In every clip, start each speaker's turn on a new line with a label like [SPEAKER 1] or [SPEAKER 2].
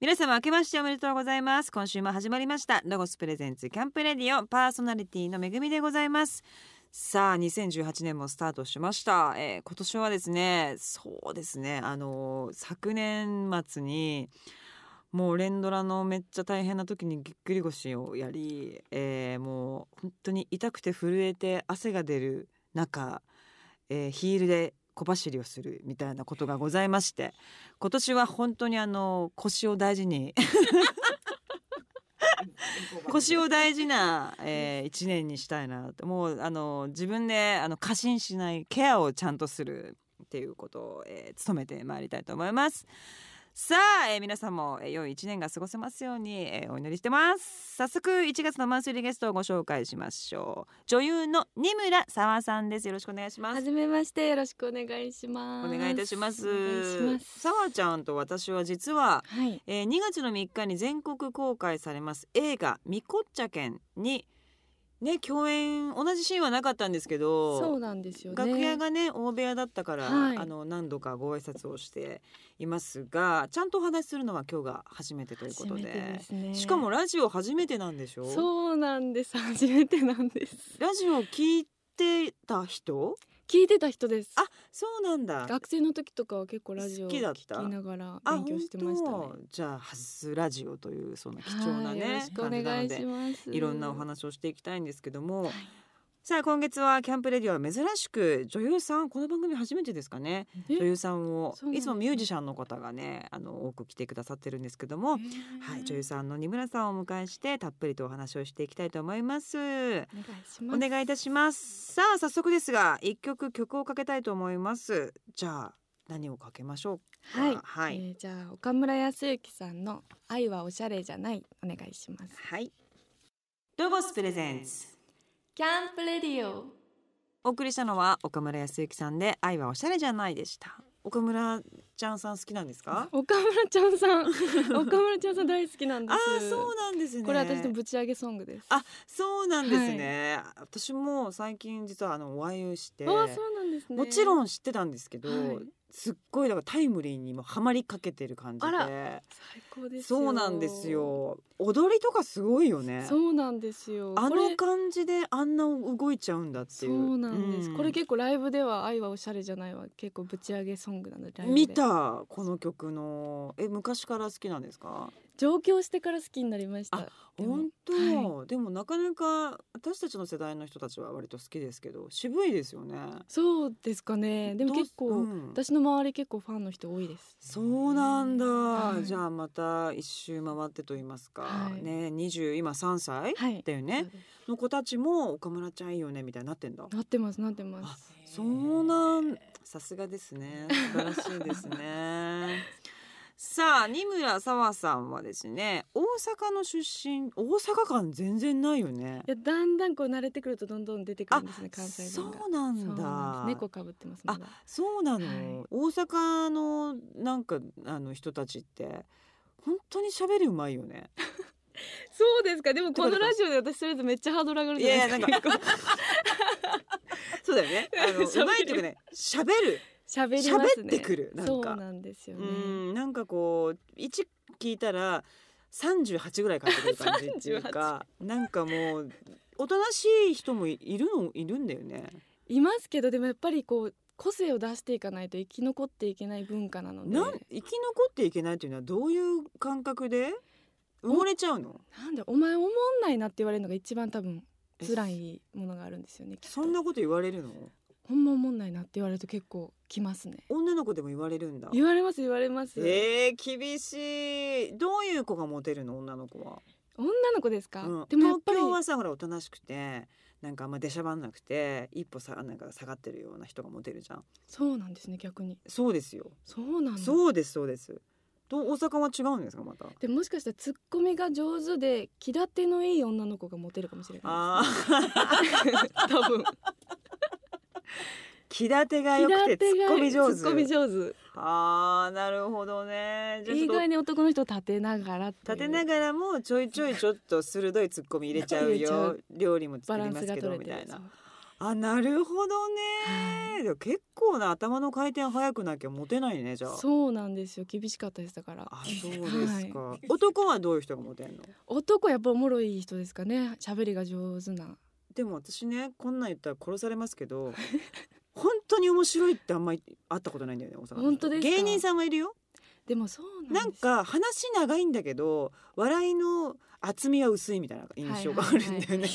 [SPEAKER 1] 皆様明けましておめでとうございます今週も始まりましたロゴスプレゼンツキャンプレディオパーソナリティのめぐみでございますさあ2018年もスタートしました、えー今年はですねそうですねあのー昨年末にもう連ドラのめっちゃ大変な時にぎっくり腰をやり、えーもう本当に痛くて震えて汗が出る中、えーヒールで小走りをするみたいなことがございまして今年は本当にあの腰を大事に 腰を大事な、えー、1年にしたいなともうあの自分であの過信しないケアをちゃんとするっていうことを、えー努めてまいりたいと思いますさあ、えー皆さんも、えー良い1年が過ごせますように、えーお祈りしてます早速1月のマンスリーゲストをご紹介しましょう女優の二村沙和さんですよろしくお願いします
[SPEAKER 2] はじめましてよろしくお願いします
[SPEAKER 1] お願いいたします
[SPEAKER 2] お願いします
[SPEAKER 1] さわちゃんと私は実は、
[SPEAKER 2] はい
[SPEAKER 1] えー2月の3日に全国公開されます映画「みこっちゃけん」にね共演同じシーンはなかったんですけど
[SPEAKER 2] そうなんですよね
[SPEAKER 1] 楽屋がね大部屋だったから、
[SPEAKER 2] はい
[SPEAKER 1] あの何度かご挨拶をしていますがちゃんとお話しするのは今日が初めてということで
[SPEAKER 2] 初めてですね
[SPEAKER 1] しかもラジオ初めてなんでしょ
[SPEAKER 2] そうなんです初めてなんです
[SPEAKER 1] ラジオ聞いてた人
[SPEAKER 2] 聞いてた人です
[SPEAKER 1] あそうなんだ
[SPEAKER 2] 学生の時とかは結構ラジ
[SPEAKER 1] 好
[SPEAKER 2] オを
[SPEAKER 1] きだっ
[SPEAKER 2] 聞
[SPEAKER 1] た
[SPEAKER 2] きながら
[SPEAKER 1] あ
[SPEAKER 2] 勉強してましたね
[SPEAKER 1] 本当じゃあ初ラジオというその貴重な
[SPEAKER 2] はい
[SPEAKER 1] ね
[SPEAKER 2] よろしくお
[SPEAKER 1] 感じな
[SPEAKER 2] 願
[SPEAKER 1] の
[SPEAKER 2] いし
[SPEAKER 1] で
[SPEAKER 2] ます
[SPEAKER 1] いろんなお話をしていきたいんですけども、
[SPEAKER 2] はい
[SPEAKER 1] さあ今月はキャンプレディオは珍しく女優さんこの番組初めてですかね
[SPEAKER 2] え
[SPEAKER 1] 女優さんを
[SPEAKER 2] そうなん
[SPEAKER 1] い
[SPEAKER 2] ですね
[SPEAKER 1] つもミュージシャンの方がねあの多く来てくださってるんですけども、はい女優さんの二村さんをお迎えしてたっぷりとお話をしていきたいと思います。
[SPEAKER 2] お願いします
[SPEAKER 1] お願いいたします。さあ早速ですが一曲曲をかけたいと思います。じゃあ何をかけましょうか。
[SPEAKER 2] はい、
[SPEAKER 1] は
[SPEAKER 2] え
[SPEAKER 1] い。
[SPEAKER 2] ーじゃあ岡村康之さんの愛はおしゃれじゃないお願いします
[SPEAKER 1] はい。ロゴスプレゼンツ。
[SPEAKER 2] キャンプレディオ
[SPEAKER 1] お送りしたのは岡村康之さんで愛はおしゃれじゃないでした。岡村ちゃんさん好きなんですか？
[SPEAKER 2] 岡村ちゃん さん岡村ちゃんさん大好きなんで
[SPEAKER 1] あ
[SPEAKER 2] す
[SPEAKER 1] あそうなんですね。
[SPEAKER 2] これ私のぶち上げソングです
[SPEAKER 1] あそうなんですね。私も最近実はあのお会いして、
[SPEAKER 2] あーそうなんですね
[SPEAKER 1] もちろ
[SPEAKER 2] ん
[SPEAKER 1] ん知ってたんですけど、
[SPEAKER 2] はい
[SPEAKER 1] すっごいだからタイムリーにもハマりかけてる感じ
[SPEAKER 2] あ
[SPEAKER 1] で。
[SPEAKER 2] 最高ですよ
[SPEAKER 1] そうなんですよ。踊りとかすごいよね。
[SPEAKER 2] そうなんですよ
[SPEAKER 1] あ
[SPEAKER 2] これ
[SPEAKER 1] の感じであんな動いちゃうんだって
[SPEAKER 2] そ
[SPEAKER 1] いう。
[SPEAKER 2] うなんです、
[SPEAKER 1] うん
[SPEAKER 2] これ結構ライブでは「愛はおしゃれじゃない」は結構ぶち上げソングなのでライブで
[SPEAKER 1] 見たこの曲のえ昔から好きなんですか
[SPEAKER 2] 上京してから好きになりましたでも
[SPEAKER 1] 本当、でもなかなか私たちの世代の人たちは割と好きですけど渋いですよね
[SPEAKER 2] そうですかねでも
[SPEAKER 1] どう
[SPEAKER 2] 結構、
[SPEAKER 1] うん
[SPEAKER 2] 私の周り結構ファンの人多いです
[SPEAKER 1] そうなんだ、
[SPEAKER 2] はい
[SPEAKER 1] じゃあまた一周回ってと言いますか、
[SPEAKER 2] はい
[SPEAKER 1] ね20今3歳
[SPEAKER 2] はい
[SPEAKER 1] だよね
[SPEAKER 2] そうです
[SPEAKER 1] の子たちも岡村ちゃんいいよねみたいになってんだ
[SPEAKER 2] なってますなってます
[SPEAKER 1] そうなんさすがですね素晴らしいですねさあ二村沙和さんはですね大阪の出身大阪感全然ないよね
[SPEAKER 2] いやだんだんこう慣れてくるとどんどん出てくるんですね関西
[SPEAKER 1] そ
[SPEAKER 2] 弁が
[SPEAKER 1] うなん
[SPEAKER 2] そう
[SPEAKER 1] だ
[SPEAKER 2] なんです猫かぶってますまだ
[SPEAKER 1] そうなの、
[SPEAKER 2] はい
[SPEAKER 1] 大阪のなんかあの人たちって本当に喋りうまいよね
[SPEAKER 2] そうですかでもこのラジオで私それとめっちゃハードル上がる
[SPEAKER 1] い
[SPEAKER 2] じゃな
[SPEAKER 1] や
[SPEAKER 2] い
[SPEAKER 1] い
[SPEAKER 2] で
[SPEAKER 1] や
[SPEAKER 2] す
[SPEAKER 1] な
[SPEAKER 2] か
[SPEAKER 1] んか そうだよねあの
[SPEAKER 2] 喋る
[SPEAKER 1] うまいっていうかね喋る
[SPEAKER 2] 喋ります
[SPEAKER 1] 喋
[SPEAKER 2] ね
[SPEAKER 1] ってくるなんか
[SPEAKER 2] そうなんですよ
[SPEAKER 1] う
[SPEAKER 2] ね
[SPEAKER 1] んなんかこう一聞いたら38ぐらい返ってくる感じっていうかなんかもうおとなしい人もいるのいるんだよね
[SPEAKER 2] いますけどでもやっぱりこう個性を出していかないと生き残っていけない文化なので
[SPEAKER 1] なん生き残っていけないというのはどういう感覚で埋もれちゃうの
[SPEAKER 2] なんでお前おもんないなって言われるのが一番多分辛いものがあるんですよねきっと
[SPEAKER 1] そんなこと言われるの
[SPEAKER 2] ほんまおもんないなって言われると結構きますね
[SPEAKER 1] 女の子でも言われるんだ
[SPEAKER 2] 言われます言われます、
[SPEAKER 1] えー、厳しいどういう子がモテるの女の子は、
[SPEAKER 2] 女の子ですか、
[SPEAKER 1] うん、
[SPEAKER 2] でもやっ
[SPEAKER 1] 東
[SPEAKER 2] ぱり
[SPEAKER 1] 京はさほらおとなしくてなんかあんま出しゃばんなくて一歩さなんか下がってるような人がモテるじゃん
[SPEAKER 2] そうなんですね逆に
[SPEAKER 1] そうですよ、
[SPEAKER 2] そうなんだ
[SPEAKER 1] そうですそうですと大阪は違うんですかまた
[SPEAKER 2] でもしかしたらツッコミが上手で気立てのいい女の子がモテるかもしれな
[SPEAKER 1] あー
[SPEAKER 2] いですね 多分
[SPEAKER 1] 気立てが
[SPEAKER 2] 気
[SPEAKER 1] 良くて
[SPEAKER 2] 立
[SPEAKER 1] ツ
[SPEAKER 2] て
[SPEAKER 1] ッ
[SPEAKER 2] が
[SPEAKER 1] コミ上手
[SPEAKER 2] ツッコミ上手
[SPEAKER 1] あーなるほどねじゃあちょ
[SPEAKER 2] 意
[SPEAKER 1] っと
[SPEAKER 2] 外に男の人を立てながらっていう
[SPEAKER 1] 立てながらもちょいちょいちょっと鋭いツッコミ入れちゃう
[SPEAKER 2] 入れちゃ
[SPEAKER 1] よ
[SPEAKER 2] う
[SPEAKER 1] 料理も
[SPEAKER 2] バ
[SPEAKER 1] 作
[SPEAKER 2] ラ
[SPEAKER 1] り
[SPEAKER 2] ン
[SPEAKER 1] ます
[SPEAKER 2] スが
[SPEAKER 1] けどみ
[SPEAKER 2] 取れて
[SPEAKER 1] た
[SPEAKER 2] る
[SPEAKER 1] いな
[SPEAKER 2] そう
[SPEAKER 1] あなるほどね、でも結構な頭の回転早くなきゃモテないねじゃあ
[SPEAKER 2] そうなんですよ厳しかったですだから
[SPEAKER 1] あそうですか、男はどういう人がモテんの
[SPEAKER 2] 男はやっぱおもろい人ですかね喋りが上手な
[SPEAKER 1] でも私ねこんなん言ったら殺されますけど本当に面白いってあんまり会ったことないんだよね大阪の人
[SPEAKER 2] 本当ですか
[SPEAKER 1] 芸人さんはいるよ
[SPEAKER 2] でもそう
[SPEAKER 1] な
[SPEAKER 2] なんんですよ
[SPEAKER 1] か話長いんだけど笑いの厚みは薄いみたいな印象があるんだよね、
[SPEAKER 2] なんで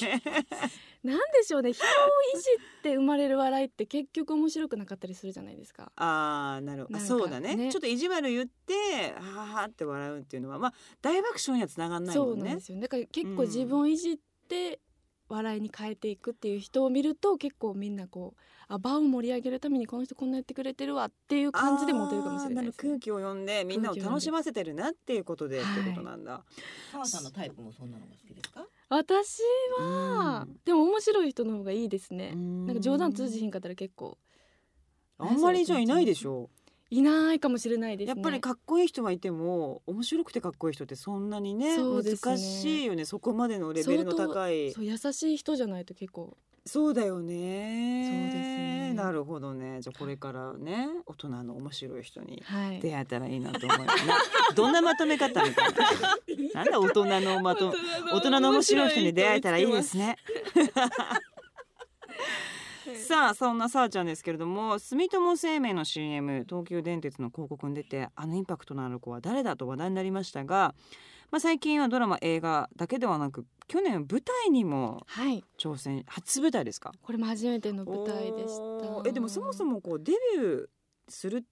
[SPEAKER 2] しょうね人をいじって生まれる笑いって結局面白くなかったりするじゃないですか
[SPEAKER 1] ああなるほどあ
[SPEAKER 2] なんか
[SPEAKER 1] そうだね
[SPEAKER 2] ね
[SPEAKER 1] ちょっと意地悪言ってはははって笑うっていうのはまあ大爆笑にはつながんない
[SPEAKER 2] そ
[SPEAKER 1] も
[SPEAKER 2] うんなん
[SPEAKER 1] ね
[SPEAKER 2] ですよだから結
[SPEAKER 1] う
[SPEAKER 2] 構
[SPEAKER 1] ん
[SPEAKER 2] 自分をいじって笑いに変えていくっていう人を見ると結構みんなこうあ場を盛り上げるためにこの人こんなやってくれてるわっていう感じでモテるかもしれないで
[SPEAKER 1] あー
[SPEAKER 2] す
[SPEAKER 1] る
[SPEAKER 2] ね、
[SPEAKER 1] 空気を読んでみんなを楽しませてるなっていうことでってことなんだ、
[SPEAKER 3] 澤さんのタイプもそんなのが好きですか
[SPEAKER 2] 私は、
[SPEAKER 1] う
[SPEAKER 2] でも面白い人の方がいいです
[SPEAKER 1] な
[SPEAKER 2] ね、なんか冗談通じひんかったら結構
[SPEAKER 1] あんまりじゃあいないでしょ
[SPEAKER 2] いないかもしれないですね
[SPEAKER 1] やっぱりかっこいい人はいても面白くてかっこいい人ってそんなにね
[SPEAKER 2] そうですね
[SPEAKER 1] 難しいよねそこまでのレベルの高い
[SPEAKER 2] そう優しい人じゃないと結構
[SPEAKER 1] そうだよね
[SPEAKER 2] そうですね
[SPEAKER 1] なるほどねじゃあこれからね大人の面白い人に
[SPEAKER 2] はい
[SPEAKER 1] 出会えたらいいなと思いますなどんなまとめ方みたい ななんだ大人のまと大人の面白い人に出会えたらいいですねさあそんなさあちゃんですけれども住友生命の CM 東急電鉄の広告に出てあのインパクトのある子は誰だと話題になりましたが、まあ、最近はドラマ映画だけではなく去年舞台にも
[SPEAKER 2] はい
[SPEAKER 1] 挑戦初舞台ですか
[SPEAKER 2] これも初めての舞台でし
[SPEAKER 1] お
[SPEAKER 2] た
[SPEAKER 1] ーえでもそもそもこうデビューする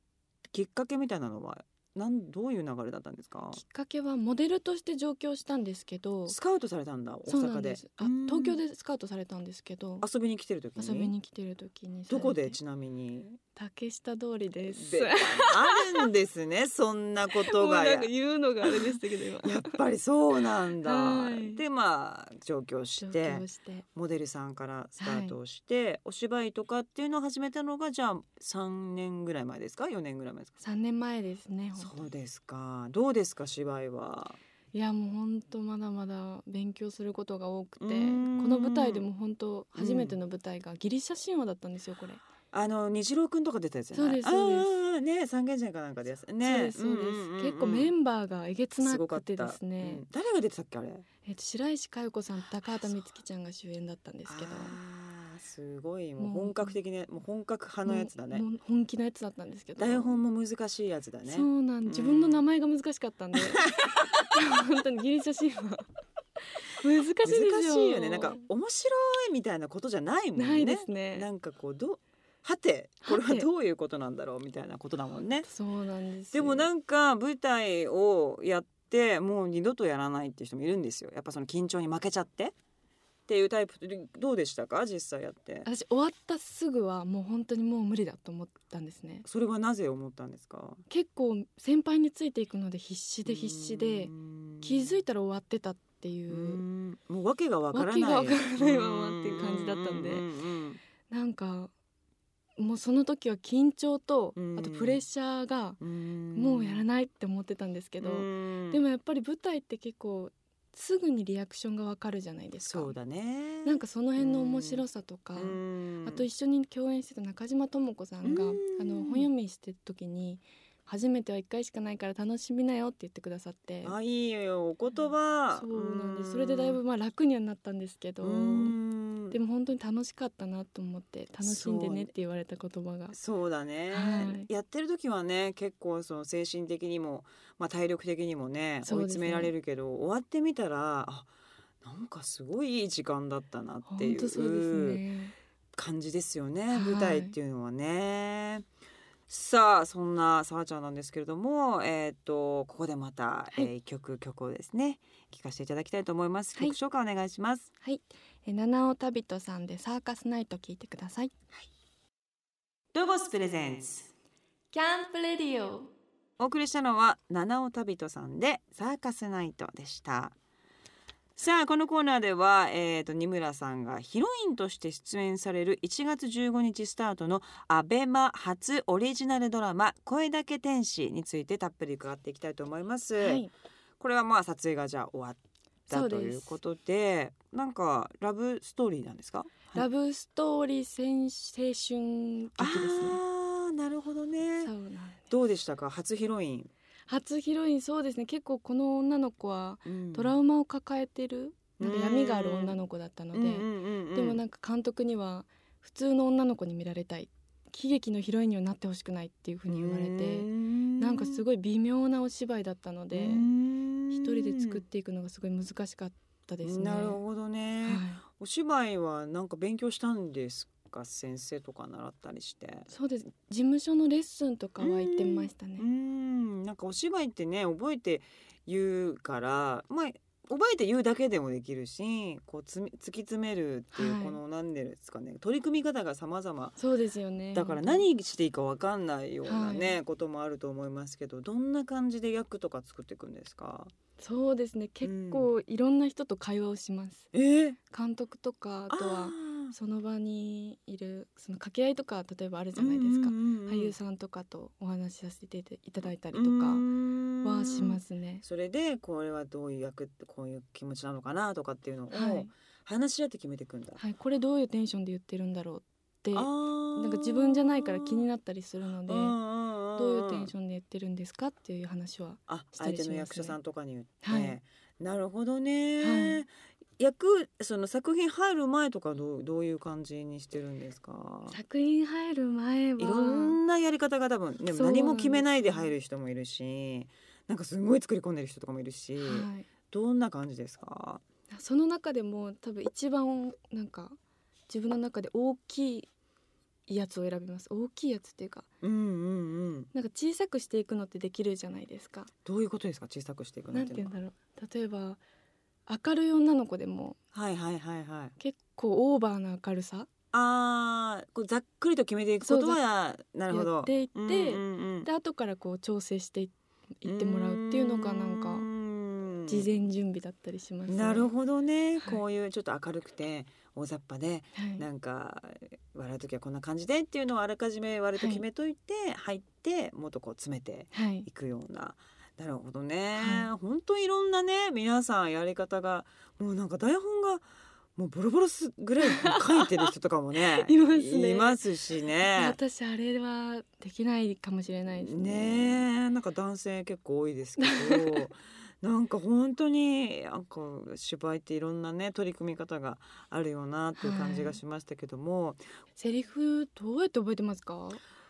[SPEAKER 1] きっかけみたいなのはなんどういう流れだったんですか
[SPEAKER 2] きっかけはモデルとして上京したんですけど
[SPEAKER 1] スカウトされたんだ大
[SPEAKER 2] そうな
[SPEAKER 1] 阪
[SPEAKER 2] ん
[SPEAKER 1] で
[SPEAKER 2] ですあ
[SPEAKER 1] うん
[SPEAKER 2] 東京でスカウトされたんですけど
[SPEAKER 1] 遊びに来てる時に
[SPEAKER 2] 遊びに来てる時にされ
[SPEAKER 1] ど
[SPEAKER 2] て
[SPEAKER 1] こでちなみに
[SPEAKER 2] 竹下通りです
[SPEAKER 1] であるんですねそんなこと
[SPEAKER 2] もう
[SPEAKER 1] が
[SPEAKER 2] な
[SPEAKER 1] や
[SPEAKER 2] んか言うのがあれでしたけど今
[SPEAKER 1] やっぱりそうなんだ、
[SPEAKER 2] はい
[SPEAKER 1] でまあ上京し
[SPEAKER 2] 上
[SPEAKER 1] て
[SPEAKER 2] 京して
[SPEAKER 1] モデルさんからスタートをして、お芝居とかっていうのを始めたのがじゃあ3年ぐらい前ですか4年ぐらい前ですか
[SPEAKER 2] 3年前ですねほんと
[SPEAKER 1] そうですかどうですか芝居はい
[SPEAKER 2] やもう本当まだまだ勉強することが多くて
[SPEAKER 1] う
[SPEAKER 2] こ
[SPEAKER 1] ーん
[SPEAKER 2] の舞台でも本
[SPEAKER 1] う
[SPEAKER 2] 当
[SPEAKER 1] ん
[SPEAKER 2] 初めての舞台がギリシャ神話だったんですよこれ
[SPEAKER 1] あの虹郎くんとか出たやつじゃない
[SPEAKER 2] そうですそうです
[SPEAKER 1] あーあーあーね三軒茶屋かなんかでやすね
[SPEAKER 2] そうですそうです、
[SPEAKER 1] んんんん
[SPEAKER 2] 結構メンバーがえげつな
[SPEAKER 1] すごか
[SPEAKER 2] く
[SPEAKER 1] ってた
[SPEAKER 2] ですね
[SPEAKER 1] うん誰が出てたっけあれ
[SPEAKER 2] えっと白石佳代子さんと高畑充希ちゃんが主演だったんで
[SPEAKER 1] です
[SPEAKER 2] けど
[SPEAKER 1] すごいもう
[SPEAKER 2] もう
[SPEAKER 1] 本格的ねもう本格派のやつだね
[SPEAKER 2] もうもう本気のやつだったんですけど
[SPEAKER 1] 台本も難しいやつだね
[SPEAKER 2] そうなん自分の名前が難しかったんで 本当にギリシャ神話難しいですよ
[SPEAKER 1] 難しいよねなんか面白いみたいなことじゃないもんね
[SPEAKER 2] ないですね
[SPEAKER 1] なんかこうどうはてこれは
[SPEAKER 2] はて
[SPEAKER 1] どういうことなんだろうみたいなことだもんね
[SPEAKER 2] そうなんです
[SPEAKER 1] でもなんんか舞台をやってもう二度とやらないっていう人もいるんですよやっぱその緊張に負けちゃってっていうタイプでどうでしたか実際やって
[SPEAKER 2] 私終わったすぐはもう本当にもう無理だと思ったんですね
[SPEAKER 1] それはなぜ思ったんですか
[SPEAKER 2] 結構先輩についていくので必死で必死で気づ
[SPEAKER 1] い
[SPEAKER 2] いたら終わってたっていう
[SPEAKER 1] もう訳がわからない
[SPEAKER 2] わけがわからないままっていう感じだったんで
[SPEAKER 1] うんうん
[SPEAKER 2] なんかもうその時は緊張と
[SPEAKER 1] うん
[SPEAKER 2] あとプレッシャーが
[SPEAKER 1] うんん
[SPEAKER 2] もうやらないって思ってたんですけど
[SPEAKER 1] うん
[SPEAKER 2] でもやっぱり舞台って結構すぐにリアクションがわかるじゃないですか
[SPEAKER 1] そうだね
[SPEAKER 2] なんかその辺の面白さとか
[SPEAKER 1] うん
[SPEAKER 2] あと一緒に共演してた中島智子さんが
[SPEAKER 1] うん
[SPEAKER 2] あの本読みしてる時に「初めては1回しかないから楽しみなよ」って言ってくださって
[SPEAKER 1] あいいよお言葉
[SPEAKER 2] そうなんですそれでだいぶまあ楽にはなったんですけど
[SPEAKER 1] うん
[SPEAKER 2] でも本当に楽しかったなと思って「楽しんでね」って言われた言葉が
[SPEAKER 1] そうだね、
[SPEAKER 2] はい
[SPEAKER 1] やってる時はね結構その精神的にも、まあ、体力的にもね
[SPEAKER 2] そ
[SPEAKER 1] 追いう
[SPEAKER 2] ですね
[SPEAKER 1] 詰められるけど、終わってみたらあなんかすごいいい時間だったなって
[SPEAKER 2] 本
[SPEAKER 1] い
[SPEAKER 2] 当そうです
[SPEAKER 1] う
[SPEAKER 2] ね
[SPEAKER 1] 感じですよね
[SPEAKER 2] はい
[SPEAKER 1] 舞台っていうのはね。さあそんなさあちゃんなんですけれども、えー、とここでまた、
[SPEAKER 2] い
[SPEAKER 1] えー一曲曲をですね聴かせていただきたいと思います。
[SPEAKER 2] はい
[SPEAKER 1] 曲紹介お願いします。
[SPEAKER 2] はいえ七尾旅人さんで「サーカスナイト」聞いてください
[SPEAKER 1] ロゴスプレゼンツ
[SPEAKER 2] キャンプレディオ
[SPEAKER 1] お送りしたのは七尾旅人さんでサーカスナイトでしたさあこのコーナーでは、えー、と二村さんがヒロインとして出演される1月15日スタートのアベマ初オリジナルドラマ「声だけ天使」についてたっぷり伺っていきたいと思います、
[SPEAKER 2] はい
[SPEAKER 1] これはまあ撮影がじゃあ終わった
[SPEAKER 2] そう
[SPEAKER 1] と
[SPEAKER 2] です
[SPEAKER 1] いうことでなんかラブストーリーなんですかい
[SPEAKER 2] ラブストーリー青春
[SPEAKER 1] あ
[SPEAKER 2] 劇ですね
[SPEAKER 1] あーなるほどね
[SPEAKER 2] そうなんです
[SPEAKER 1] どうでしたか初ヒロイン、
[SPEAKER 2] 初ヒロインそうですね結構この女の子は
[SPEAKER 1] うん
[SPEAKER 2] トラウマを抱えてるなんか闇がある女
[SPEAKER 1] 子
[SPEAKER 2] の子だったので、
[SPEAKER 1] で
[SPEAKER 2] でもなんか監督には普通の女の子に見られたい喜劇のヒロインにはなってほしくないっていうふうに言われてなんかす
[SPEAKER 1] い
[SPEAKER 2] ごい微妙なお芝居だったので
[SPEAKER 1] 一
[SPEAKER 2] 一人で作っていくのがすごい難しかったですね。
[SPEAKER 1] なるほどね、
[SPEAKER 2] はい、
[SPEAKER 1] お芝居はなんか勉強したんですか先生とか習ったりして
[SPEAKER 2] そうです事務所のレッスンとかは行ってました
[SPEAKER 1] う
[SPEAKER 2] ね。
[SPEAKER 1] んなんかお芝居ってね覚えて言うからまあ覚えて言うだけでもできるしこうつみ突き詰めるっていう、
[SPEAKER 2] はい
[SPEAKER 1] この何ですかね取り組み方が様々
[SPEAKER 2] そうですよね
[SPEAKER 1] だから
[SPEAKER 2] 本当に
[SPEAKER 1] 何していいかわかんないようなね、
[SPEAKER 2] は
[SPEAKER 1] こともあると思いますけどどんな感じで役とか作っていくんですか
[SPEAKER 2] そうですね結構いろんな人と会話をします。
[SPEAKER 1] えー、
[SPEAKER 2] 監督とかあとは
[SPEAKER 1] ー
[SPEAKER 2] その場にいるその掛け合いとか例えばあるじゃないですか、俳優
[SPEAKER 1] さ
[SPEAKER 2] さんとかとお話しさせていただいた
[SPEAKER 1] ん
[SPEAKER 2] りとか
[SPEAKER 1] か
[SPEAKER 2] はしますすね。
[SPEAKER 1] それでこれはどういう役ってこういう気持ちなのかなとかっていうの
[SPEAKER 2] は
[SPEAKER 1] を
[SPEAKER 2] い、
[SPEAKER 1] 話し合って決めていくんだ、
[SPEAKER 2] はい、これどういうテンションで言ってるんだろうってな
[SPEAKER 1] なん
[SPEAKER 2] か自分じゃないから気になったりするのでどういうテンシ
[SPEAKER 1] ョン
[SPEAKER 2] ョンで言ってるんですかっていう話は
[SPEAKER 1] あ
[SPEAKER 2] した
[SPEAKER 1] 相
[SPEAKER 2] りします
[SPEAKER 1] 手
[SPEAKER 2] ね
[SPEAKER 1] の役者さんとかに言って、
[SPEAKER 2] はい
[SPEAKER 1] なるほどね、
[SPEAKER 2] は
[SPEAKER 1] 役その作品入る前とかどうどういう感じにしてるんですか
[SPEAKER 2] 作品入る前
[SPEAKER 1] いろ
[SPEAKER 2] は
[SPEAKER 1] んなやり方が多分でも
[SPEAKER 2] そうなんで
[SPEAKER 1] 何
[SPEAKER 2] す
[SPEAKER 1] も決めないで入る人もいるしなんかすごい作り込んでる人とかもいるし、
[SPEAKER 2] はい、
[SPEAKER 1] どんな感じですか
[SPEAKER 2] その中でも多分一番なんか自分の中で大きいやつを選びます大きいやつっていうか
[SPEAKER 1] うんうんうん
[SPEAKER 2] なんか小さくしていくのってできるじゃないですか。
[SPEAKER 1] どういうことですか小さくしていく
[SPEAKER 2] な
[SPEAKER 1] なん
[SPEAKER 2] ん
[SPEAKER 1] て
[SPEAKER 2] て
[SPEAKER 1] いう
[SPEAKER 2] 言
[SPEAKER 1] の
[SPEAKER 2] う
[SPEAKER 1] は
[SPEAKER 2] んだろう例えば明るい女の子でも
[SPEAKER 1] はいはいはいはい
[SPEAKER 2] 結構オーバーな明るさ
[SPEAKER 1] あーこうざっくりと決めていくことはなるほど
[SPEAKER 2] やっていって
[SPEAKER 1] うんうんうん
[SPEAKER 2] で後からこう調整していいってもらうっていうのがなん
[SPEAKER 1] う
[SPEAKER 2] か
[SPEAKER 1] ーん
[SPEAKER 2] 事前準備だったりします、
[SPEAKER 1] なるほどね、
[SPEAKER 2] い
[SPEAKER 1] こういうちょっと明るくて大雑把で
[SPEAKER 2] はい
[SPEAKER 1] なんか笑う時はこんな感じでっていうのをあらかじめ割と決めといて、入ってもっとこう詰めて
[SPEAKER 2] はい
[SPEAKER 1] いくような。なるほどね、
[SPEAKER 2] は
[SPEAKER 1] 本当いろんなね皆さんやり方がもうなんか台本がもうボロボロすぐらい書いてる人とかもね
[SPEAKER 2] いますね
[SPEAKER 1] いますし ね。
[SPEAKER 2] 私あれはできないかもしれないですね。
[SPEAKER 1] ねえなんか男性結構多いですけ どなんか本当になんか芝居っていろんなね取り組み方があるよなっていう感じがしましたけども、
[SPEAKER 2] セリフどうやって覚えてますか？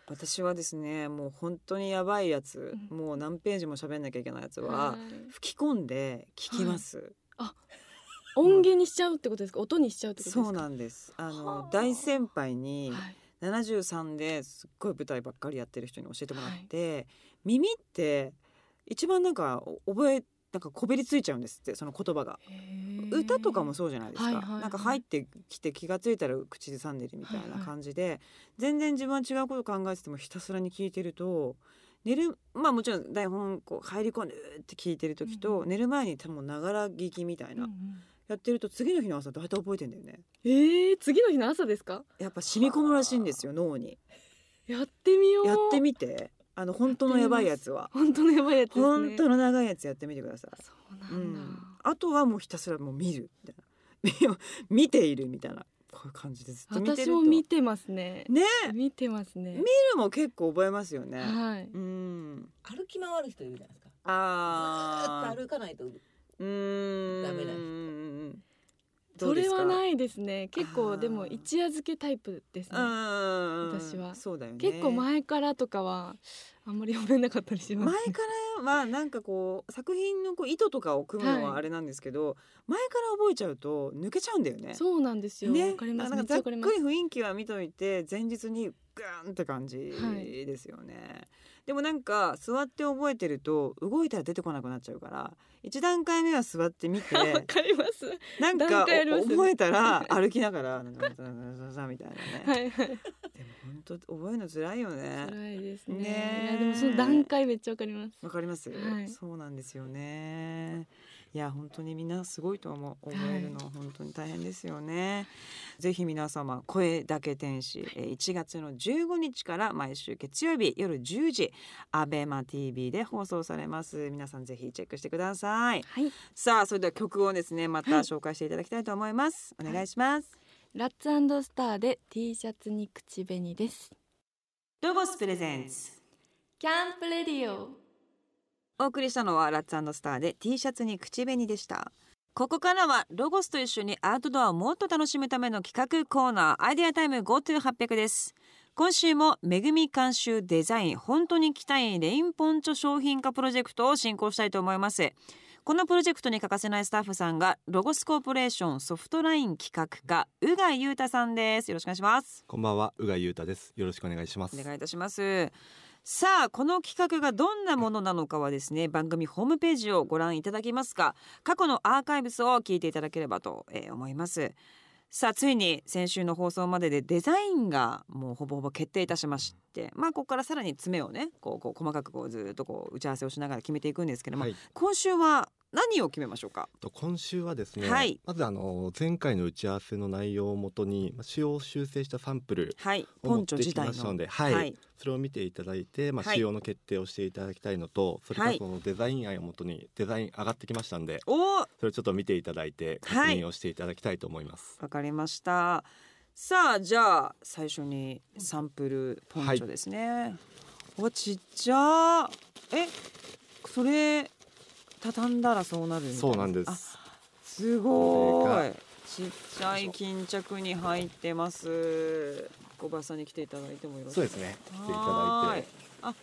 [SPEAKER 1] 私はですねもう本当にやばいやつ、
[SPEAKER 2] うん
[SPEAKER 1] もう何ページも喋んなきゃいけないやつは、
[SPEAKER 2] はい
[SPEAKER 1] 吹き込んで聞きます、
[SPEAKER 2] 音源にしちゃうってことですか？音にしちゃうってことです
[SPEAKER 1] そ
[SPEAKER 2] か？
[SPEAKER 1] うなんですあ
[SPEAKER 2] は
[SPEAKER 1] の
[SPEAKER 2] あ
[SPEAKER 1] 大先輩に
[SPEAKER 2] はい
[SPEAKER 1] 73ですっごい舞台ばっかりやってる人に教えてもらって、耳って一番なんか覚えなんかこびりついちゃうんですってその言葉が。
[SPEAKER 2] へー
[SPEAKER 1] 歌とかもそうじゃないですか、
[SPEAKER 2] はいはいはい
[SPEAKER 1] なんか入ってきて気がついたら口ずさんでるみたいな感じで、全然自分は違うこと考えててもひたすらに聞いてると寝るまあもちろん台本こう入り込んでうーって聞いてる時と、
[SPEAKER 2] うんう
[SPEAKER 1] 寝る前に多分ながら聞きみたい
[SPEAKER 2] うん
[SPEAKER 1] な、
[SPEAKER 2] うん
[SPEAKER 1] やってると次の日の朝大体覚えてんだよね
[SPEAKER 2] えー、次の日の朝ですか？
[SPEAKER 1] やっぱ染み込むらしいんですよ脳に
[SPEAKER 2] やってみよう。
[SPEAKER 1] やってみてあの本当のやばいやつは、
[SPEAKER 2] 本当のやばいやつですね。
[SPEAKER 1] 本当の長いやつやってみてください
[SPEAKER 2] そうな
[SPEAKER 1] うん
[SPEAKER 2] だ。
[SPEAKER 1] ん、あとはもうひたすらもう見るみたいな 見ているみたいなこういう感じでずっと見てる
[SPEAKER 2] 私
[SPEAKER 1] と
[SPEAKER 2] も見てますね。
[SPEAKER 1] ね
[SPEAKER 2] 見てますね。
[SPEAKER 1] でも結構覚えますよね、
[SPEAKER 2] はい。
[SPEAKER 1] うん
[SPEAKER 3] 歩き回る人いるじゃないですか。ずー
[SPEAKER 1] あー
[SPEAKER 3] っと歩かないと
[SPEAKER 1] うーん
[SPEAKER 3] ダメな
[SPEAKER 1] ど
[SPEAKER 2] そう
[SPEAKER 1] で
[SPEAKER 2] れ
[SPEAKER 1] すか
[SPEAKER 2] は
[SPEAKER 1] う
[SPEAKER 2] ないですね。結
[SPEAKER 1] あー
[SPEAKER 2] 構でも一夜漬けタイプですね。
[SPEAKER 1] ん
[SPEAKER 2] 私は
[SPEAKER 1] そうだよね
[SPEAKER 2] 結構前からとかはあんまり読めなかったりします、
[SPEAKER 1] 前からはなんかこう作品のこう意図とかを組むのは
[SPEAKER 2] はい
[SPEAKER 1] あれなんですけど、前から覚えちゃうと抜けちゃうんだよね
[SPEAKER 2] そうなんですよ。わ、
[SPEAKER 1] ね
[SPEAKER 2] かります。
[SPEAKER 1] な
[SPEAKER 2] めっ
[SPEAKER 1] ん
[SPEAKER 2] ち
[SPEAKER 1] か
[SPEAKER 2] ゃ
[SPEAKER 1] ざっ
[SPEAKER 2] わ
[SPEAKER 1] く
[SPEAKER 2] かり
[SPEAKER 1] り
[SPEAKER 2] ます。
[SPEAKER 1] 雰囲気は見といて前日にグーンって感じ
[SPEAKER 2] はい
[SPEAKER 1] ですよね、でもなんか座って覚えてると動いたら出てこなくなっちゃうから一段階目は座って みて
[SPEAKER 2] わかります。
[SPEAKER 1] なんか
[SPEAKER 2] 段階ありますよね
[SPEAKER 1] 覚えたら歩きながら「なんかザザザザみたいなね、
[SPEAKER 2] はいはい。
[SPEAKER 1] でも本当覚えるの辛いよね
[SPEAKER 2] 辛いですね。
[SPEAKER 1] ねえ
[SPEAKER 2] いやでもその段階めっちゃわかります。
[SPEAKER 1] わかります、
[SPEAKER 2] はい
[SPEAKER 1] そうなんですよねいや本当にみんなすごいと思う
[SPEAKER 2] は
[SPEAKER 1] 覚
[SPEAKER 2] い
[SPEAKER 1] えるのは本当に大変ですよね、ぜひ皆様声だけ天使えー1月の15日から毎週月曜日夜10時アベマ TV で放送されます皆さんぜひチェックしてください
[SPEAKER 2] はい。
[SPEAKER 1] さあそれでは曲をですねまた
[SPEAKER 2] はい
[SPEAKER 1] 紹介していただきたいと思います、お願いします
[SPEAKER 2] ラッツスターで T シャツに口紅です
[SPEAKER 1] ロゴスプレゼンツ
[SPEAKER 2] キャンプレディオ
[SPEAKER 1] お送りしたのはラッツスターで T シャツに口紅でしたここからはロゴスと一緒にアウトドアをもっと楽しむための企画コーナーアイデアタイム GoTo800 です今週もめぐみ監修デザイン本当に着たいレインポンチョ商品化プロジェクトを進行したいと思いますこのプロジェクトに欠かせないスタッフさんがロゴスコーポレーションソフトライン企画課宇賀裕太さんですよろしくお願いします
[SPEAKER 4] こんばんは、宇賀裕太です。よろしくお願いします。
[SPEAKER 1] お願いいたしますさあこの企画がどんなものなのかはですね番組ホームページをご覧いただきますが過去のアーカイブスを聞いていただければと、えー思いますさあついに先週の放送まででデザインがもうほぼほぼ決定いたしましてまあここからさらに爪をねこうこう細かくこうずっとこう打ち合わせをしながら決めていくんですけども、
[SPEAKER 4] はい、
[SPEAKER 1] 今週は何を決めましょうか
[SPEAKER 4] と今週はですね、
[SPEAKER 1] はい
[SPEAKER 4] まずあの前回の打ち合わせの内容をもとにまあ使用を修正したサンプル
[SPEAKER 1] はい
[SPEAKER 4] を
[SPEAKER 1] ポ
[SPEAKER 4] 持っ
[SPEAKER 1] ンチョ
[SPEAKER 4] て
[SPEAKER 1] 自
[SPEAKER 4] き
[SPEAKER 1] 体
[SPEAKER 4] ました
[SPEAKER 1] の
[SPEAKER 4] ので、はい
[SPEAKER 1] はい
[SPEAKER 4] それを見ていただいて、まあ、
[SPEAKER 1] はい
[SPEAKER 4] 使用の決定をしていただきたいのと、それからそのデザイン案をもとにデザイン上がってきましたんで、
[SPEAKER 1] おー
[SPEAKER 4] それをちょっと見ていただいて確
[SPEAKER 1] はい
[SPEAKER 4] 認をしていただきたいと思います。
[SPEAKER 1] わかりました。さあじゃあ最初にサンプルポンチョですね。おちっちゃえそれ畳んだらそうなるみたいな。
[SPEAKER 4] そうなんで
[SPEAKER 1] あ
[SPEAKER 4] す。
[SPEAKER 1] すご
[SPEAKER 4] こ
[SPEAKER 1] ー
[SPEAKER 4] れ
[SPEAKER 1] い。ちっちゃい巾着に入ってます。小林さんに来ていただいてもよろしい
[SPEAKER 4] そう
[SPEAKER 1] で
[SPEAKER 4] ですすね。
[SPEAKER 1] か。
[SPEAKER 4] 来ていただいて。
[SPEAKER 1] はーい。あ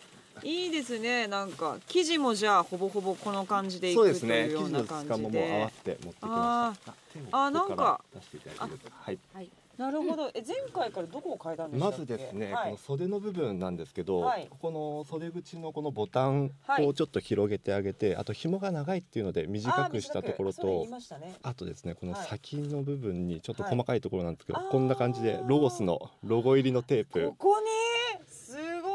[SPEAKER 1] いいですねなんか生地もじゃあほぼほぼこの感じでい
[SPEAKER 4] そうで
[SPEAKER 1] く
[SPEAKER 4] す
[SPEAKER 1] と
[SPEAKER 4] ね。
[SPEAKER 1] いう
[SPEAKER 4] 生
[SPEAKER 1] よう
[SPEAKER 4] 地
[SPEAKER 1] な
[SPEAKER 4] の
[SPEAKER 1] 感じ
[SPEAKER 4] 質
[SPEAKER 1] で。
[SPEAKER 4] 感ももう合わせて持ってきました。手もここ
[SPEAKER 1] あなんから
[SPEAKER 4] 出していただいていいですかはい。
[SPEAKER 1] なるほど。え前回からどこを変えたんでした
[SPEAKER 4] ま
[SPEAKER 1] っけ
[SPEAKER 4] ずですね、
[SPEAKER 1] は
[SPEAKER 4] こ
[SPEAKER 1] い
[SPEAKER 4] の、袖の部分なんですけど、
[SPEAKER 1] はい
[SPEAKER 4] ここの袖口のこのボタン
[SPEAKER 1] はい
[SPEAKER 4] をちょっと広げてあげて、あと紐が長いっていうので短くしたところ
[SPEAKER 1] あー短くそれ言
[SPEAKER 4] と
[SPEAKER 1] いましたね
[SPEAKER 4] あとですねこの
[SPEAKER 1] はい
[SPEAKER 4] 先の部分にちょっと
[SPEAKER 1] はい
[SPEAKER 4] 細かいところなんですけど、
[SPEAKER 1] あー
[SPEAKER 4] こんな感じでロゴスのロゴ入りのテープ
[SPEAKER 1] ここにす
[SPEAKER 4] 結
[SPEAKER 1] ごい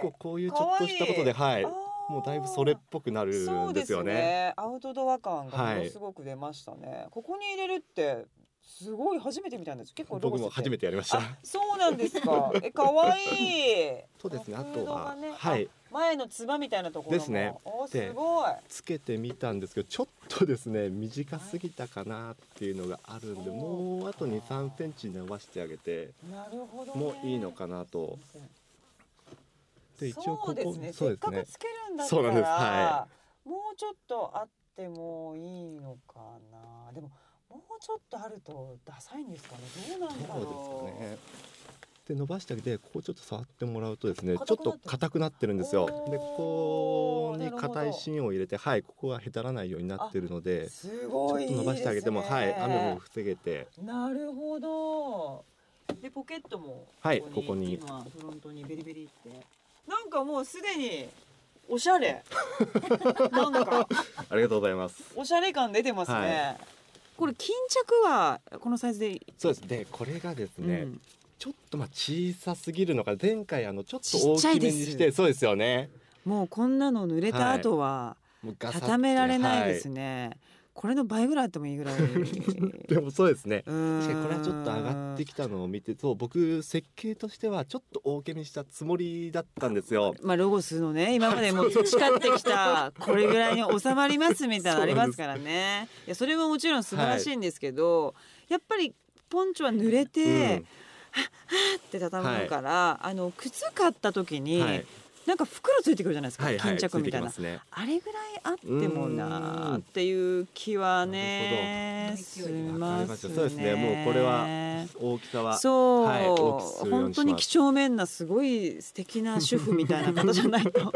[SPEAKER 4] 構こういうちょっとしたことではい
[SPEAKER 1] あー
[SPEAKER 4] もうだいぶそれっぽくなる
[SPEAKER 1] そうんで
[SPEAKER 4] ですすよね
[SPEAKER 1] ねアウトドア感がも
[SPEAKER 4] は
[SPEAKER 1] の
[SPEAKER 4] い
[SPEAKER 1] すごく出ましたね、ここに入れるってすごい初めて見たんです結構ロゴ
[SPEAKER 4] 僕
[SPEAKER 1] ス
[SPEAKER 4] も初め
[SPEAKER 1] て
[SPEAKER 4] てやりました
[SPEAKER 1] あそうなんですかえ可愛い
[SPEAKER 4] そうですねあ
[SPEAKER 1] フー
[SPEAKER 4] と
[SPEAKER 1] ドが
[SPEAKER 4] は、
[SPEAKER 1] ね
[SPEAKER 4] はい
[SPEAKER 1] 前のつばみたいなところも
[SPEAKER 4] ですね
[SPEAKER 1] おす
[SPEAKER 4] で
[SPEAKER 1] ごい
[SPEAKER 4] つけてみたんですけどちょっとですね短すぎたかなっていうのがあるんで、
[SPEAKER 1] はい
[SPEAKER 4] もうあと2 3センチ伸ばしてあげて
[SPEAKER 1] なるほど、ね、
[SPEAKER 4] もいいのかなと。で一応
[SPEAKER 1] そ
[SPEAKER 4] ここ
[SPEAKER 1] うですね
[SPEAKER 4] そう
[SPEAKER 1] せっ
[SPEAKER 4] です
[SPEAKER 1] かく
[SPEAKER 4] ね
[SPEAKER 1] つけるんだった
[SPEAKER 4] そう
[SPEAKER 1] ら
[SPEAKER 4] なんですは
[SPEAKER 1] もうちょっとあってもいいのかなでももうちょっとあるとダサいんですかねどうなんだ
[SPEAKER 4] そ
[SPEAKER 1] ろ
[SPEAKER 4] う
[SPEAKER 1] う
[SPEAKER 4] ですかね。で伸ばしてあげてここちょっと触ってもらうとですねちょっ
[SPEAKER 1] 硬くなって
[SPEAKER 4] と硬くなってるんですよ。
[SPEAKER 1] おー
[SPEAKER 4] でここ
[SPEAKER 1] な
[SPEAKER 4] に
[SPEAKER 1] るほど
[SPEAKER 4] 硬い芯を入れてはいここがへたらないようになってるのですちょ
[SPEAKER 1] ご
[SPEAKER 4] っ
[SPEAKER 1] い
[SPEAKER 4] と伸ばしてあげても
[SPEAKER 1] いいです
[SPEAKER 4] は
[SPEAKER 1] ね
[SPEAKER 4] い雨も防げて
[SPEAKER 1] なるほどでポケットも
[SPEAKER 4] はいこ
[SPEAKER 1] 今フロントにベリベリってなんかもうすでにおしゃ れなんか
[SPEAKER 4] ありがとうございます。
[SPEAKER 1] おしゃれ感出てますね、
[SPEAKER 4] は
[SPEAKER 1] これ巾着はこのサイズでいい
[SPEAKER 4] そうですでこれがですね、
[SPEAKER 1] うん
[SPEAKER 4] ちょっとまあ小さすぎるのか前回あのちょっと
[SPEAKER 1] ちっちゃ
[SPEAKER 4] 大
[SPEAKER 1] い
[SPEAKER 4] き
[SPEAKER 1] で
[SPEAKER 4] め
[SPEAKER 1] す
[SPEAKER 4] にしてそうですよね。
[SPEAKER 1] もうこんなの濡れた後は
[SPEAKER 4] もうガサッて
[SPEAKER 1] 畳められないです
[SPEAKER 4] は
[SPEAKER 1] ね、これの倍ぐらいあってもいいぐら い
[SPEAKER 4] いでもそうですね。確
[SPEAKER 1] 確
[SPEAKER 4] かにこれはちょっと上がってきたのを見てそう僕設計としてはちょっと大けにしたつもりだったんですよ。
[SPEAKER 1] まあロゴスのね今までもう培ってきたこれぐらいに収まりますみたいなのありますからねいやそれはもちろん素晴らしいんですけど、やっぱりポンチョは濡れて、って畳むから、あの靴買った時
[SPEAKER 4] う
[SPEAKER 1] に、
[SPEAKER 4] ん、はい、
[SPEAKER 1] なんか袋ついてくるじゃないですか、
[SPEAKER 4] はいはい
[SPEAKER 1] 巾着みたいな
[SPEAKER 4] つてきますね。
[SPEAKER 1] あれぐらいあってもなーっていう気は
[SPEAKER 4] な
[SPEAKER 1] ね
[SPEAKER 3] るほど
[SPEAKER 1] しますね。
[SPEAKER 4] そうですねもうこれは大きさは
[SPEAKER 1] そう、
[SPEAKER 4] はい大きくするようにします
[SPEAKER 1] 本当に几帳面なすごい素敵な主婦みたいな方じゃない と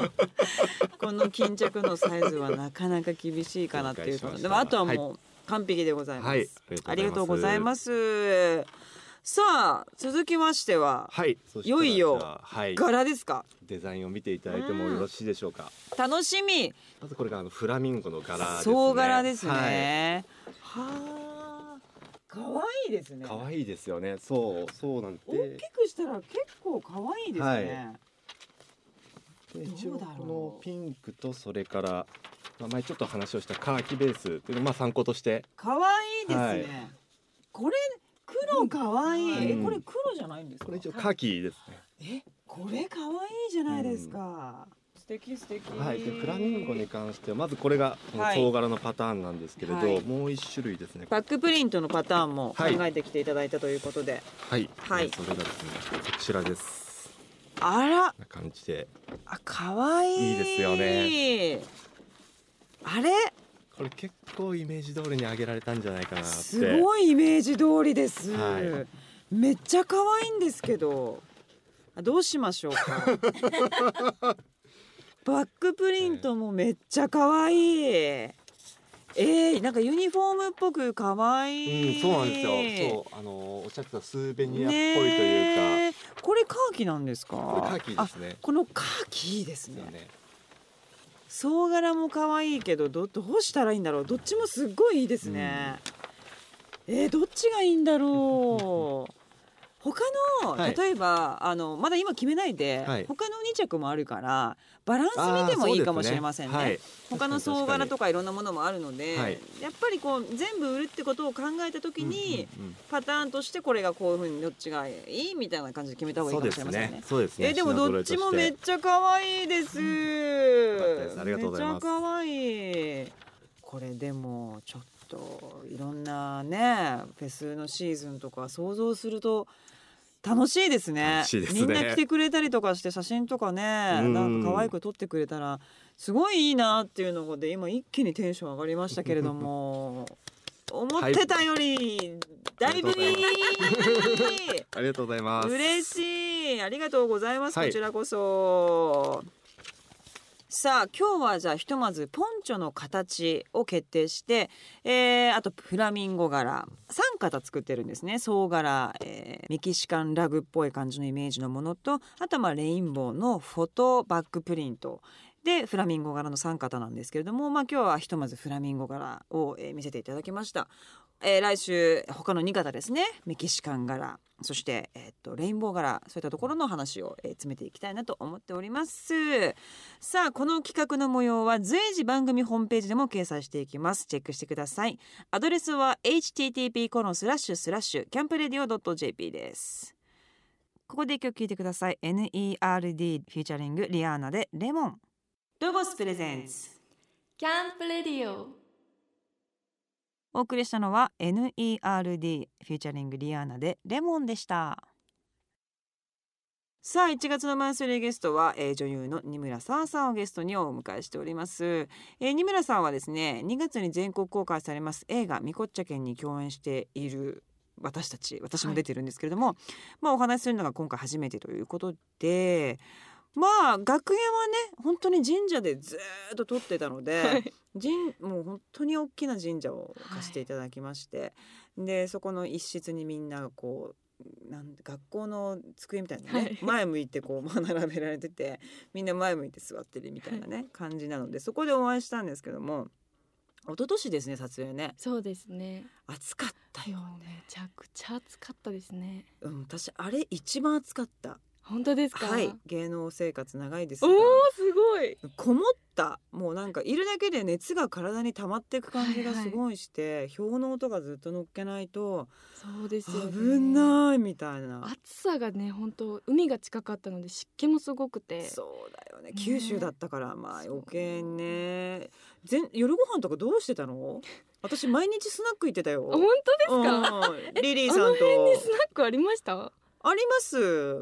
[SPEAKER 1] この巾着のサイズはなかなか厳しいかなっていう
[SPEAKER 4] 了解しました
[SPEAKER 1] でもあとはもう完璧でございます、
[SPEAKER 4] はい
[SPEAKER 1] ありがとうございますさあ続きましては
[SPEAKER 4] はいそした
[SPEAKER 1] よ
[SPEAKER 4] ら
[SPEAKER 1] いよ
[SPEAKER 4] じゃあはい
[SPEAKER 1] 柄ですか
[SPEAKER 4] デザインを見ていただいてもよろしいでしょうか。
[SPEAKER 1] 楽しみ
[SPEAKER 4] まずこれがあのフラミンゴの柄ですね。
[SPEAKER 1] 総柄です
[SPEAKER 4] はい
[SPEAKER 1] ねはあ可愛いですね
[SPEAKER 4] 可愛、い、いですよね。そうそうなん
[SPEAKER 1] 大
[SPEAKER 4] で
[SPEAKER 1] きくしたら結構可愛いですね、
[SPEAKER 4] で
[SPEAKER 1] どうだろう
[SPEAKER 4] 一応このピンクとそれからまあ前ちょっと話をしたカーキベースっていうのをまあ参考として
[SPEAKER 1] 可愛いですね、
[SPEAKER 4] はい
[SPEAKER 1] これ黒可愛い、え
[SPEAKER 4] うん
[SPEAKER 1] これ黒じゃないんですか
[SPEAKER 4] これ一応カーキですね。
[SPEAKER 1] えこれ可愛いじゃないですか、素敵素敵
[SPEAKER 4] はい、でフラミンゴに関してはまずこれがこの
[SPEAKER 1] はい
[SPEAKER 4] 唐辛のパターンなんですけれど、
[SPEAKER 1] はい
[SPEAKER 4] もう一種類ですね
[SPEAKER 1] バックプリントのパターンも考
[SPEAKER 4] はい
[SPEAKER 1] えてきていただいたということで、
[SPEAKER 4] はい、
[SPEAKER 1] はい
[SPEAKER 4] えーそれがですねこちらです
[SPEAKER 1] あら
[SPEAKER 4] こんな感じで
[SPEAKER 1] あ可愛い
[SPEAKER 4] いいですよ
[SPEAKER 1] ねあれ
[SPEAKER 4] これ結構イメージ通りに揚げられたんじゃないかなって
[SPEAKER 1] すごいイメージ通りです、
[SPEAKER 4] は
[SPEAKER 1] めっちゃ可愛いんですけどあどうしまし ょうかバックプリントもめっちゃ可愛いえー、なんかユニフォームっぽく可
[SPEAKER 4] う
[SPEAKER 1] 愛い、
[SPEAKER 4] ん、そうなんですよ。そう、あのおっしゃってたスーベニアっぽいと
[SPEAKER 1] ね
[SPEAKER 4] いうか、
[SPEAKER 1] えこれカーキなんですか
[SPEAKER 4] これカーキー
[SPEAKER 1] あ
[SPEAKER 4] ですね。
[SPEAKER 1] このカーキいいです
[SPEAKER 4] です
[SPEAKER 1] ね
[SPEAKER 4] よね。
[SPEAKER 1] 総柄も可愛いけどどどうしたらいいんだろうどっちもすっごいいいですね、えーどっちがいいんだろう 他の、
[SPEAKER 4] はい
[SPEAKER 1] 例えばあのまだ今決めないで、
[SPEAKER 4] はい
[SPEAKER 1] 他の2着もあるからバランス見てもいいかもしれませんね
[SPEAKER 4] あーそうです
[SPEAKER 1] 他の総柄とかいろんなものもあるので、
[SPEAKER 4] はい
[SPEAKER 1] やっぱりこう全部売るってことを考えた時
[SPEAKER 4] はい
[SPEAKER 1] に、
[SPEAKER 4] うんうんうん
[SPEAKER 1] パターンとしてこれがこういうふうにどっちがいいみたいな感じで決めた方がい
[SPEAKER 4] そ
[SPEAKER 1] いうかも
[SPEAKER 4] で
[SPEAKER 1] しれま
[SPEAKER 4] す
[SPEAKER 1] せんね
[SPEAKER 4] ね。。そうですね。
[SPEAKER 1] えでもどっちもめっちゃ可愛いです。
[SPEAKER 4] よかったですありがとうございます
[SPEAKER 1] めっちゃ可愛い。これでもちょっといろんなねフェスのシーズンとか想像すると楽しいですね。
[SPEAKER 4] 楽しいですね
[SPEAKER 1] みんな来てくれたりとかして写真とかね
[SPEAKER 4] うん
[SPEAKER 1] なんか可愛く撮ってくれたらすごいいいなっていうので今一気にテンション上がりましたけれど も思ってたよりだいぶい
[SPEAKER 4] ありが
[SPEAKER 1] い。
[SPEAKER 4] ありがとうございます。
[SPEAKER 1] 嬉
[SPEAKER 4] い。
[SPEAKER 1] しいありがとうございます、
[SPEAKER 4] はい
[SPEAKER 1] こちらこそさあ今日はじゃあひとまずポンチョの形を決定して、えー、あとフラミンゴ柄3型作ってるんですね総柄、えーメキシカンラグっぽい感じのイメージのものとあとはまあレインボーのフォトバックプリントでフラミンゴ柄の3型なんですけれども、まあ、今日はひとまずフラミンゴ柄を、えー見せていただきました。えー来週他の2型ですねメキシカン柄そして、えーっとレインボー柄そういったところの話を、えー詰めていきたいなと思っておりますさあこの企画の模様は随時番組ホームページでも掲載していきますチェックしてくださいアドレスは http コロンスラッシュスラッシュキャンプレディオ .jp ですここで一曲聴いてください NERD フューチャリングリアーナでレモンロゴスプレゼンツ
[SPEAKER 2] キャンプレディオ
[SPEAKER 1] お送りしたのは NERD フューチャリングリアーナでレモンでしたさあ1月のマンスリーゲストは、えー女優の二村沙さんをゲストにお迎えしております、えー二村さんはですね2月に全国公開されます映画みこっちゃけんに共演している私たち私も出てるんですけれども、まあお話しするのが今回初めてということでまあ楽屋はね本当に神社でずーっと撮ってたので、
[SPEAKER 2] はい
[SPEAKER 1] 神もう本当に大きな神社を貸していただきまして、でそこの一室にみんなこうなん学校の机みたいなね、
[SPEAKER 2] はい
[SPEAKER 1] 前向いてこうまあ並べられててみんな前向いて座ってるみたいなね、感じなのでそこでお会いしたんですけども一昨年ですね撮影ね
[SPEAKER 2] そうですね
[SPEAKER 1] 暑かったよ、
[SPEAKER 2] もうめちゃくちゃ暑かったですね
[SPEAKER 1] うん、私あれ一番暑かった
[SPEAKER 2] 本当ですか
[SPEAKER 1] はい芸能生活長いです
[SPEAKER 2] お
[SPEAKER 1] が
[SPEAKER 2] ーすごい
[SPEAKER 1] こもったもうなんかいるだけで熱が体に溜まっていく感じがすごいして、氷の音がずっと乗っけないと
[SPEAKER 2] そうですよ、ね、
[SPEAKER 1] 危ないみたいな
[SPEAKER 2] 暑さがね本当海が近かったので湿気もすごくて
[SPEAKER 1] そうだよね
[SPEAKER 2] ね
[SPEAKER 1] 九州だったからまあ
[SPEAKER 2] そう
[SPEAKER 1] 余計ね全夜ご飯とかどうしてたの私毎日スナック行ってたよ
[SPEAKER 2] あ本当ですか、
[SPEAKER 1] うんリリーさんと
[SPEAKER 2] スナックありました
[SPEAKER 1] あります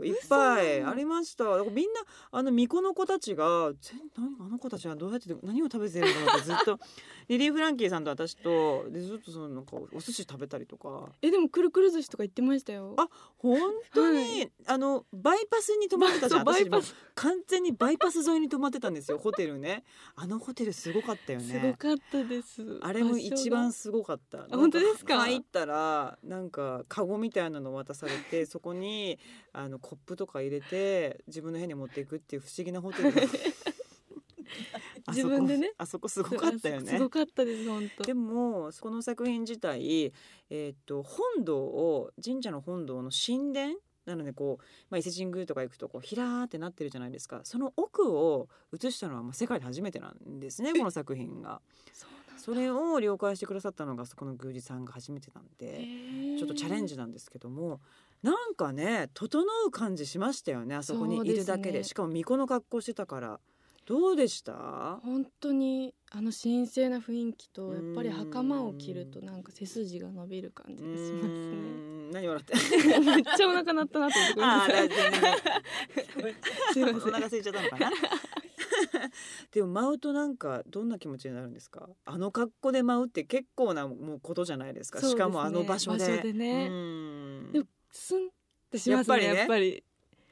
[SPEAKER 1] いっぱい
[SPEAKER 2] 嘘
[SPEAKER 1] ありましただからみんなあの巫女の子たちが全何あの子たちはどうやって何を食べてるんだろうってずっと リリー・フランキーさんと私とでずっとそのなんかお寿司食べたりとか
[SPEAKER 2] えでもくるくる寿司とか行ってましたよ
[SPEAKER 1] あ本当に、
[SPEAKER 2] は
[SPEAKER 1] あのバイパスに泊まってたじゃん
[SPEAKER 2] そうバ
[SPEAKER 1] 私
[SPEAKER 2] イ
[SPEAKER 1] も
[SPEAKER 2] パ
[SPEAKER 1] う
[SPEAKER 2] ス
[SPEAKER 1] 完全にバイパス沿いに泊まってたんですよホテルねあのホテルすごかったよ
[SPEAKER 2] すご
[SPEAKER 1] ね
[SPEAKER 2] かったです
[SPEAKER 1] あれも
[SPEAKER 2] 場所が
[SPEAKER 1] 一番すごかったなん
[SPEAKER 2] 本当ですか
[SPEAKER 1] 入ったらなんかカゴみたいなの渡されてそこ にあのコップとか入れて自分の部屋に持っていくっていう不思議なホテルがあそこ
[SPEAKER 2] 自分でね
[SPEAKER 1] あそこすごかったよね
[SPEAKER 2] すごかったです本当
[SPEAKER 1] でもこの作品自体、えーっと本堂を神社の本堂の神殿なのでこう、まあ、伊勢神宮とか行くとこうひらーってなってるじゃないですかその奥を映したのはまあ世界で初めてなんですねこの作品が。
[SPEAKER 2] そう
[SPEAKER 1] それを了解してくださったのがそこの宮司さんが初めてなん
[SPEAKER 2] な
[SPEAKER 1] で
[SPEAKER 2] んだ
[SPEAKER 1] ちょっとチャレンジなんですけどもなんかね整う感じしましたよねあそこにいるだけ
[SPEAKER 2] そ
[SPEAKER 1] で
[SPEAKER 2] うですね
[SPEAKER 1] しかも巫女の格好してたから。どうでした
[SPEAKER 2] 本当にあの神聖な雰囲気とやっぱり袴を着るとなんか背筋が伸びる感じ
[SPEAKER 1] う
[SPEAKER 2] がしま
[SPEAKER 1] ー
[SPEAKER 2] すね。
[SPEAKER 1] ん何笑って
[SPEAKER 2] めっちゃお腹鳴ったなと思ってごめんな
[SPEAKER 1] あ
[SPEAKER 2] さい。
[SPEAKER 1] ー
[SPEAKER 2] すいま
[SPEAKER 1] お
[SPEAKER 2] せん
[SPEAKER 1] 腹空いちゃったのかな でも舞うとなんかどんな気持ちになるんですかあの格好で舞うって結構なもうことじゃないですか
[SPEAKER 2] そうです
[SPEAKER 1] し
[SPEAKER 2] ね
[SPEAKER 1] かもあの場所で
[SPEAKER 2] 場所でね
[SPEAKER 1] うーん
[SPEAKER 2] でもスンってしますね。
[SPEAKER 1] や
[SPEAKER 2] や
[SPEAKER 1] っぱ
[SPEAKER 2] っぱり,、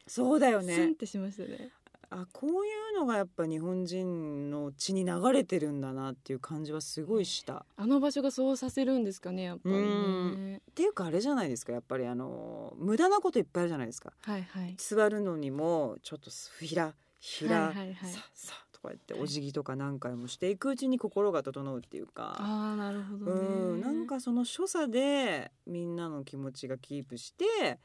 [SPEAKER 1] そうだよ
[SPEAKER 2] スン
[SPEAKER 1] ね
[SPEAKER 2] ってしましたね。
[SPEAKER 1] あこういうのがやっぱ日本人の血に流れてるんだなっていう感じはすごいした
[SPEAKER 2] あの場所がそうさせるんですかねやっぱりね
[SPEAKER 1] うんっていうかあれじゃないですかやっぱりあの無駄なこといっぱいあるじゃないですか
[SPEAKER 2] はいはい。
[SPEAKER 1] 座るのにもちょっとひらひら、
[SPEAKER 2] はいはいはい
[SPEAKER 1] ささとかやってお辞儀とか何回もしていくうちに心が整うっていうか、
[SPEAKER 2] ああなるほどね。
[SPEAKER 1] うん、なんかその所作でみんなの気持ちがキープして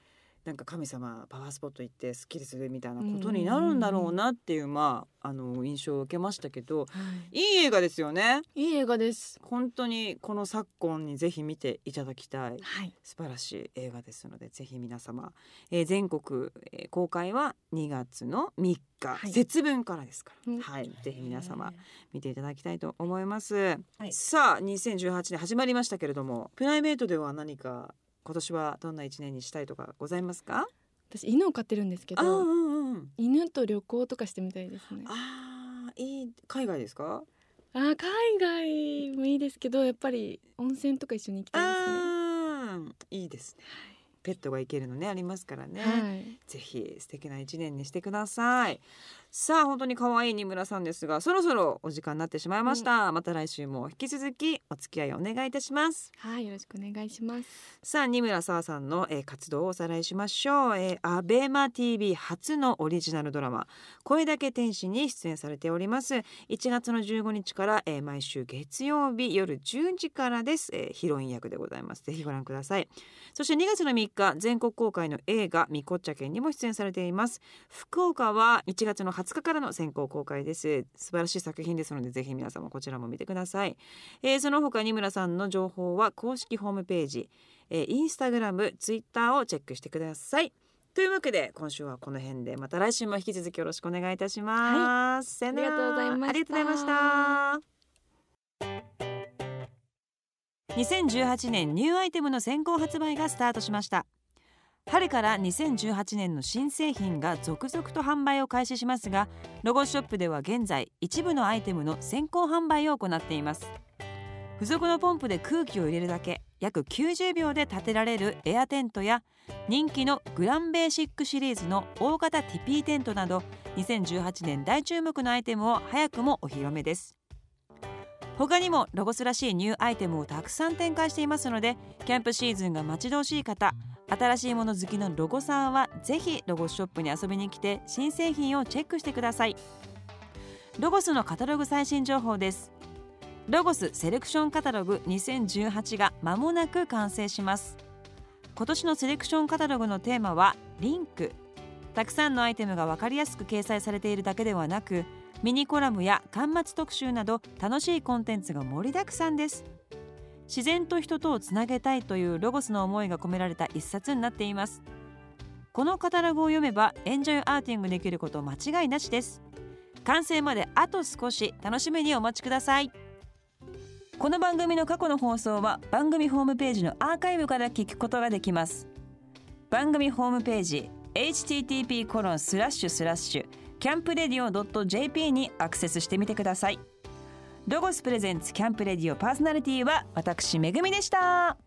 [SPEAKER 1] なんか神様パワースポット行ってすっきりするみたいなことになるんだろうなっていうまああの印象を受けましたけど
[SPEAKER 2] はい
[SPEAKER 1] いい映画ですよね
[SPEAKER 2] いい映画です。
[SPEAKER 1] 本当にこの昨今にぜひ見ていただきたい
[SPEAKER 2] はい。
[SPEAKER 1] 素晴らしい映画ですのでぜひ皆様、えー全国、えー公開は2月の3日、
[SPEAKER 2] はい
[SPEAKER 1] 節分からですから、
[SPEAKER 2] うん
[SPEAKER 1] はい、ぜひ皆様
[SPEAKER 2] ね
[SPEAKER 1] 見ていただきたいと思います、
[SPEAKER 3] はい
[SPEAKER 1] さあ2018年始まりましたけれどもプライベートでは何か今年はどんな一年にしたいとかございますか
[SPEAKER 2] 私犬を飼ってるんですけ
[SPEAKER 1] あー、う
[SPEAKER 2] ど、
[SPEAKER 1] んうん、
[SPEAKER 2] 犬と旅行とかしてみたいですね。
[SPEAKER 1] あーいい海外ですか
[SPEAKER 2] あー海外もいいですけどやっぱり温泉とか一緒に行きたいです
[SPEAKER 1] あ
[SPEAKER 2] ね。
[SPEAKER 1] ーいいですねペットが行けるのねありますからね、
[SPEAKER 2] はい、
[SPEAKER 1] ぜひ素敵な一年にしてくださいさあ本当に可愛い二村さんですがそろそろお時間になってしまいました、また来週も引き続きお付き合いお願いいたします
[SPEAKER 2] はい、よろしくお願いします。
[SPEAKER 1] さあ二村沙和さんの、えー活動をおさらいしましょう、えー、アベマ TV 初のオリジナルドラマ声だけ天使に出演されております1月の15日から、えー毎週月曜日夜10時からです、えーヒロイン役でございますぜひご覧くださいそして2月の3日全国公開の映画みこっちゃけんにも出演されています福岡は1月の20日からの先行公開です素晴らしい作品ですのでぜひ皆様こちらも見てください、えーその他二村さんの情報は公式ホームページえーインスタグラム、ツイッターをチェックしてください。というわけで今週はこの辺でまた来週も引き続きよろしくお願いいたします。さよなら
[SPEAKER 2] ありがとうございました
[SPEAKER 1] ありがとうございました。2018年ニューアイテムの先行発売がスタートしました。春から2018年の新製品が続々と販売を開始しますがロゴスショップでは現在一部のアイテムの先行販売を行っています付属のポンプで空気を入れるだけ約90秒で立てられるエアテントや人気のグランベーシックシリーズの大型ティピーテントなど2018年大注目のアイテムを早くもお披露目です他にもロゴスらしいニューアイテムをたくさん展開していますのでキャンプシーズンが待ち遠しい方新しいもの好きのロゴさんはぜひロゴスショップに遊びに来て新製品をチェックしてくださいロゴスのカタログ最新情報ですロゴスセレクションカタログ2018が間もなく完成します今年のセレクションカタログのテーマはリンクたくさんのアイテムが分かりやすく掲載されているだけではなくミニコラムや刊末特集など楽しいコンテンツが盛りだくさんです自然と人とをつなげたいというロゴスの思いが込められた一冊になっていますこのカタログを読めばエンジョイアーティングできること間違いなしです完成まであと少し楽しみにお待ちくださいこの番組の過去の放送は番組ホームページのアーカイブから聞くことができます番組ホームページ http コロンスラッシュスラッシュキャンプレディオ .jp にアクセスしてみてくださいロゴスプレゼンツキャンプレディオパーソナリティは私めぐみでした